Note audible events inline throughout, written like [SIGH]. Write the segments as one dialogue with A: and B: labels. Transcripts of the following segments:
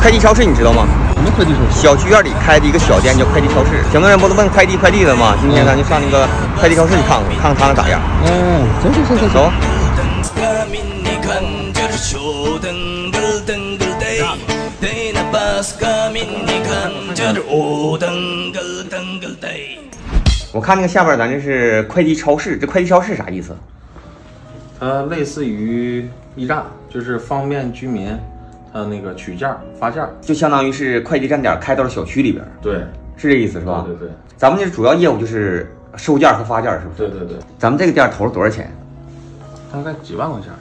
A: 快递超市，你知道吗？
B: 什么快递手续？
A: 小区院里开的一个小店叫快递超市，挺多人不都问快递快递的吗？今天咱就上那个快递超市去看看，看看他们咋样。
B: 哎，走走走走
A: 走
B: 走。，
C: 까민니 간절 초등글등글대 대나 바스 까민니 간절 오등글등글대
A: 我看那个下边咱这是快递超市，这快递超市啥意思？
D: 它类似于驿站，就是方便居民他那个取件儿发件儿。
A: 就相当于是快递站点开到了小区里边，
D: 对，
A: 是这意思是吧？
D: 对对
A: 咱们这主要业务就是收件和发件，是不是？
D: 对对对，
A: 咱们这个店投了多少钱？
D: 大概几万块钱儿，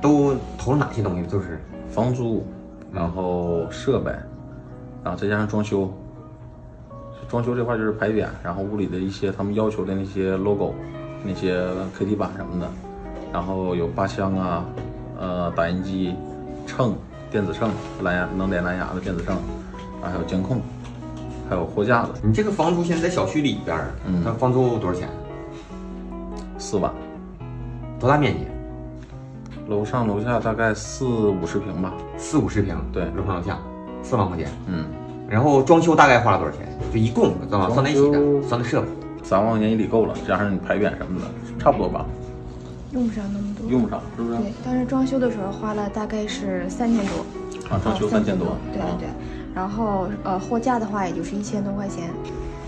A: 都投了哪些东西？就是
D: 房租，然后设备，然后再加上装修。装修这块就是牌匾，然后屋里的一些他们要求的那些 logo，那些 KT 板什么的，然后有八箱啊，呃，打印机、秤、电子秤、蓝牙能连蓝牙的电子秤，然后还有监控，还有货架子，
A: 你这个房租现在在小区里边，
D: 嗯
A: 那房租多少钱？
D: 四万。
A: 多大面积？
D: 楼上楼下大概四五十平吧。
A: 四五十平，
D: 对
A: 楼上楼下四万块钱。
D: 嗯，
A: 然后装修大概花了多少钱？就一共算吧，
D: 装修
A: 算在一起的，算的设备。
D: 三万块钱也得够了，加上你牌匾什么的，差不多吧，
E: 用不上那么多。
D: 用不上，是不是？
E: 对，当时装修的时候花了大概是三千多。
D: 啊，装修
E: 啊
D: 三千多，
E: 对
D: 啊
E: 对对。然后呃，货架的话也就是一千多块钱。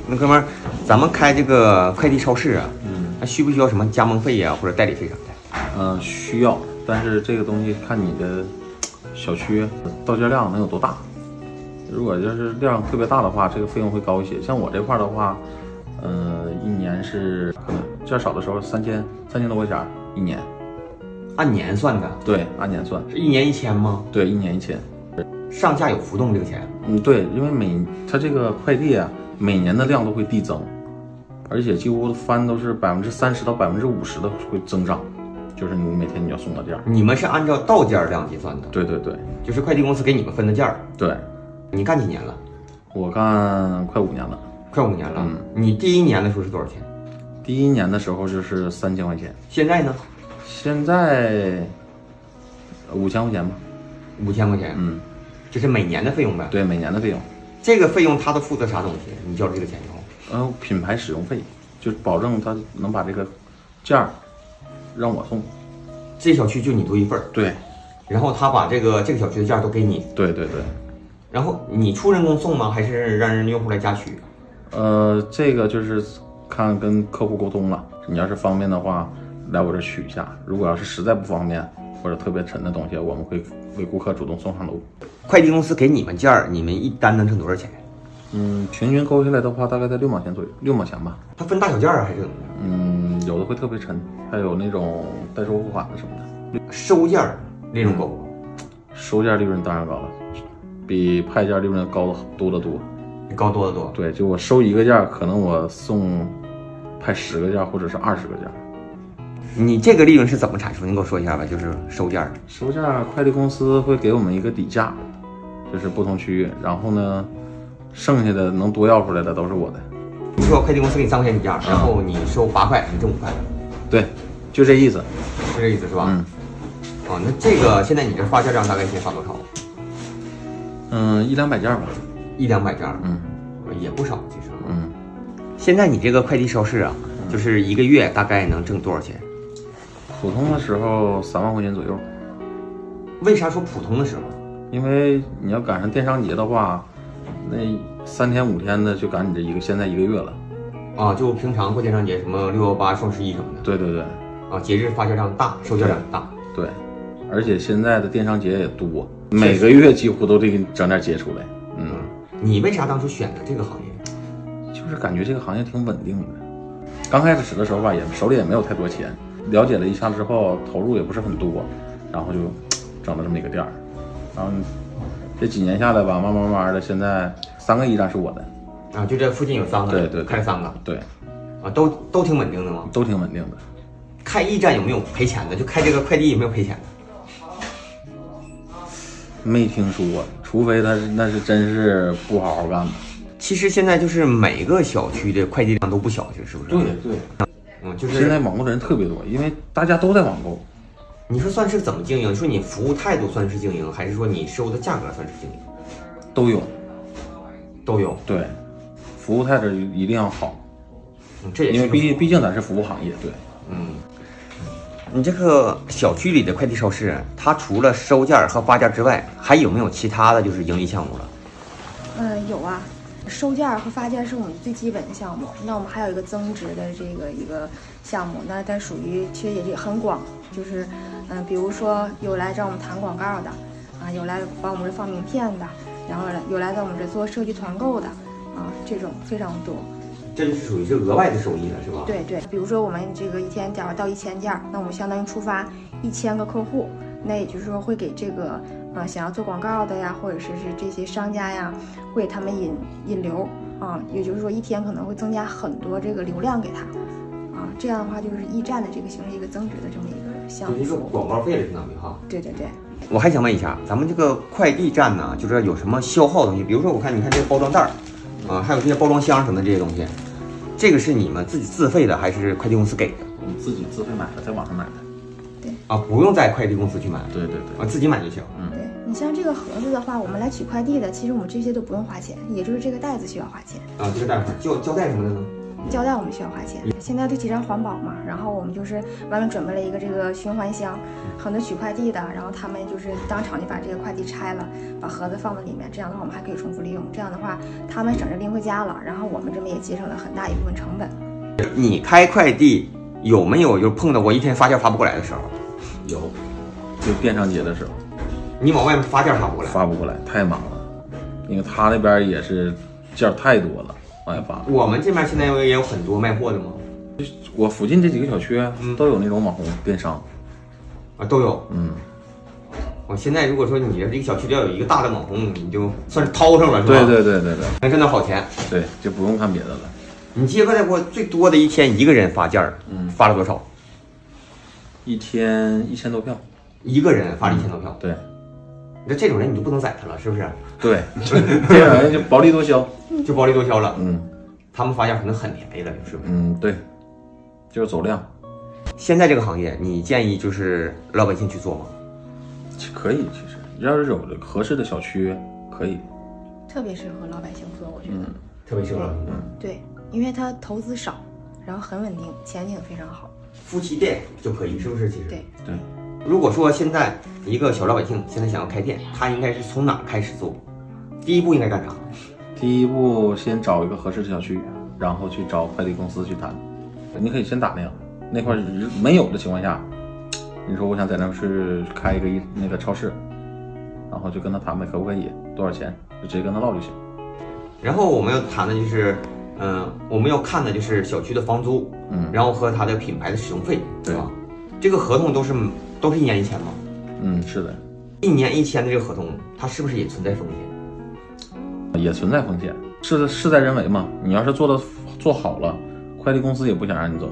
A: 那哥们儿，咱们开这个快递超市啊，
D: 嗯
A: 那需不需要什么加盟费呀、或者代理费啥的？
D: 嗯、需要，但是这个东西看你的小区到件量能有多大。如果就是量特别大的话，这个费用会高一些。像我这块儿的话，呃，一年是可能较少的时候三千三千多块钱儿一年，
A: 按年算的，
D: 对，按年算，
A: 是一年一千吗？
D: 对，一年一千。
A: 上下有浮动这个钱。
D: 嗯，对，因为每它这个快递啊，每年的量都会递增，而且几乎翻都是百分之三十到百分之五十的会增长，就是你每天你要送到件儿。
A: 你们是按照到件儿量结算的，
D: 对对对
A: 就是快递公司给你们分的件儿。
D: 对，
A: 你干几年了？
D: 我干快五年了，
A: 快五年了。
D: 嗯
A: 你第一年的时候是多少钱？
D: 第一年的时候就是三千块钱，
A: 现在呢？
D: 现在五千块钱吧。
A: 五千块钱，
D: 嗯，
A: 这是每年的费用呗。
D: 对，每年的费用，
A: 这个费用他都负责啥东西？你交了这个钱以后，
D: 然后品牌使用费，就保证他能把这个件儿让我送。
A: 这小区就你独一份儿，
D: 对
A: 然后他把这个这个小区的价都给你，
D: 对对对。
A: 然后你出人工送吗？还是让人用户来加取？
D: 呃，这个就是看跟客户沟通了。你要是方便的话，来我这取一下；如果要是实在不方便或者特别沉的东西，我们会为顾客主动送上楼。
A: 快递公司给你们件儿，你们一单能挣多少钱？
D: 嗯，平均勾下来的话，大概在六毛钱左右，六毛钱吧。
A: 他分大小件儿啊还是怎么着？
D: 嗯，有的会特别沉，还有那种代收付款的什么的。
A: 收件儿利润高不高？
D: 收件利润当然高了，比派件利润高得多得多。
A: 高多得多。
D: 对，就我收一个件儿，可能我送派十个件儿或者是二十个件儿。
A: 你这个利润是怎么产生的？你给我说一下吧，就是收件儿。
D: 收件儿快递公司会给我们一个底价，就是不同区域，然后呢，剩下的能多要出来的都是我的。
A: 你说快递公司给你三块钱一件儿，然后你收八块，你挣五块，
D: 对，就这意思。
A: 是这意思是吧？
D: 嗯。
A: 哦，那这个现在你这发件量大概一天发多少？
D: 嗯，一两百件儿吧。
A: 一两百件儿，
D: 嗯
A: 也不少其实。
D: 嗯，
A: 现在你这个快递超市啊，就是一个月大概能挣多少钱？
D: 普通的时候三万块钱左右，
A: 为啥说普通的时候？
D: 因为你要赶上电商节的话，那三天五天的就赶你这一个现在一个月了。
A: 啊，就平常过电商节，什么六幺八、双十一什么的
D: 对对对
A: 啊，节日发件量大，收件量大。
D: 对，而且现在的电商节也多，每个月几乎都得给你整点节出来。嗯，
A: 你为啥当初选择这个行业？
D: 就是感觉这个行业挺稳定的。刚开始的时候吧，也手里也没有太多钱，了解了一下之后，投入也不是很多，然后就整了这么一个店儿。然后这几年下来吧，慢慢慢慢的，现在三个驿站是我的，
A: 啊，就这附近有三个，
D: 对对对
A: 开了三个
D: 对，
A: 啊，都都挺稳定的嘛。
D: 都挺稳定的。
A: 开驿站有没有赔钱的？就开这个快递有没有赔钱的？
D: 没听说过，除非他是那是真是不好好干的。
A: 其实现在就是每个小区的快递量都不小，其实是不是？，
D: 对，
A: 嗯，就
D: 现在
A: 是
D: 网购的人特别多，因为大家都在网购。
A: 你说算是怎么经营？说你服务态度算是经营，还是说你收的价格算是经营？
D: 都有。
F: 都有，
D: 对，服务态度一定要好，
F: 嗯这也
D: 因
F: 是
D: 为
F: 个
D: 毕毕竟咱是服务行业，对。
F: 嗯，
A: 你这个小区里的快递超市，它除了收件儿和发件儿之外，还有没有其他的就是盈利项目了？
E: 呃，有啊，收件儿和发件儿是我们最基本的项目。那我们还有一个增值的这个一个项目，那但属于其实也是很广，就是嗯、呃比如说有来找我们谈广告的，啊，有来帮我们这放名片的，然后来有来在我们这做社区团购的，啊，这种非常多。
F: 这就是属于是额外的收益了，是吧？，
E: 对对，比如说我们这个一天假如到一千件儿，那我们相当于触发一千个客户，那也就是说会给这个呃想要做广告的呀，或者是是这些商家呀，会给他们引引流啊、也就是说一天可能会增加很多这个流量给他啊、这样的话就是驿站的这个形式一个增值的这么一个项
F: 就
E: 目
F: 是一个
E: 服务。
F: 广告费了，相当于哈。
E: 对对对，
A: 我还想问一下，咱们这个快递站呢，就是有什么消耗东西？比如说，我看你看这个包装袋儿，啊，还有这些包装箱什么的这些东西，这个是你们自己自费的还是快递公司给的？
D: 我们自己自费买的，在网上买的。
A: 啊，不用在快递公司去买，
D: 对对
A: 啊，
D: 对，
A: 自己买就行。
E: 对你像这个盒子的话，我们来取快递的，其实我们这些都不用花钱，也就是这个袋子需要花钱。
A: 啊，这个袋儿胶胶带什么的呢？
E: 胶带我们需要花钱，现在都提倡环保嘛，然后我们就是外面准备了一个这个循环箱，很多取快递的，然后他们就是当场就把这个快递拆了，把盒子放在里面，这样的话我们还可以重复利用，这样的话他们省着拎回家了，然后我们这边也节省了很大一部分成本。
A: 你开快递有没有就碰到过一天发件发不过来的时候？
D: 有，就电商节的时候
A: 你往外面发件发不过来？
D: 发不过来，太忙了，因为他那边也是件儿太多了，往外发。
A: 我们这边现在也有很多卖货的嘛，
D: 我附近这几个小区啊
A: 嗯
D: 都有那种网红电商，
A: 啊，都有。
D: 嗯，
A: 我现在如果说你这个小区里要有一个大的网红，你就算是掏上了，是吧？
D: 对，对对对对
A: 能挣到好钱。
D: 对，就不用看别的了。
A: 你接过来过最多的一天一个人发件儿，
D: 嗯
A: 发了多少？
D: 一天一千多票，
A: 一个人发了一千多票，
D: 对
A: 你说这种人你就不能宰他了，是不是？ [LAUGHS]
D: 对，这种人就薄利多销。
A: 就薄利多销了。
D: 嗯
A: 他们发件可能很便宜了，就是。
D: 嗯，对，就是走量，
A: 现在这个行业，你建议就是老百姓去做吗？
D: 可以。其实要是有合适的小区，可以。
E: 特别适合老百姓做，我觉得、
D: 嗯
F: 特别适合。
E: 对，因为它投资少，然后很稳定，前景非常好。
A: 夫妻店就可以，是不是？其实
E: 对。
D: 对。
A: 如果说现在一个小老百姓现在想要开店，他应该是从哪儿开始做？第一步应该干啥？
D: 第一步，先找一个合适的小区，然后去找快递公司去谈。你可以先打量那块儿没有的情况下，你说我想在那儿是开一个一那个超市，然后就跟他谈呗，可不可以？多少钱？就直接跟他唠就行。
A: 然后我们要谈的就是，嗯、我们要看的就是小区的房租，
D: 嗯
A: 然后和它的品牌的使用费，
D: 对
A: 吧？这个合同都是都是一年一签吗？
D: 嗯，是的，
A: 一年一签的这个合同，它是不是也存在风险？
D: 也存在风险，事事在人为嘛。你要是做的做好了，快递公司也不想让你走。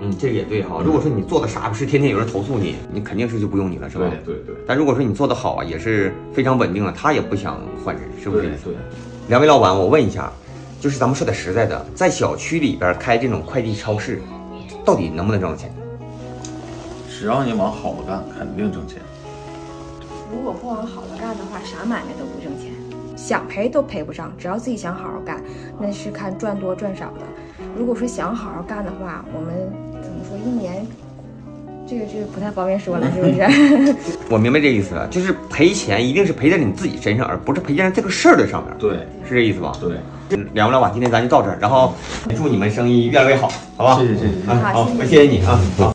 A: 嗯，这个也对哈、如果说你做的啥不是，天天有人投诉你，你肯定是就不用你了，是吧？
D: 对对
A: 但如果说你做的好啊，也是非常稳定了，他也不想换人，是不是？
D: 对，
A: 两位老板，我问一下，就是咱们说点实在的，在小区里边开这种快递超市，到底能不能挣到钱？
D: 只要你往好了干，肯定挣钱。
E: 如果不往好了干的话，啥买卖都不挣钱，想赔都赔不上。只要自己想好好干，那是看赚多赚少的。如果说想好好干的话，我们怎么说一年，这个这个不太方便说了，是不是？
A: 我明白这意思了，就是赔钱一定是赔在你自己身上，而不是赔在这个事儿的上面，
D: 对
A: 是这意思吧？
D: 对，
A: 嗯两位老板，今天咱就到这儿，然后祝你们生意越来越好，好吧？
D: 谢谢谢谢。
A: 啊，好，
E: 好谢谢
A: 我谢谢你啊，好。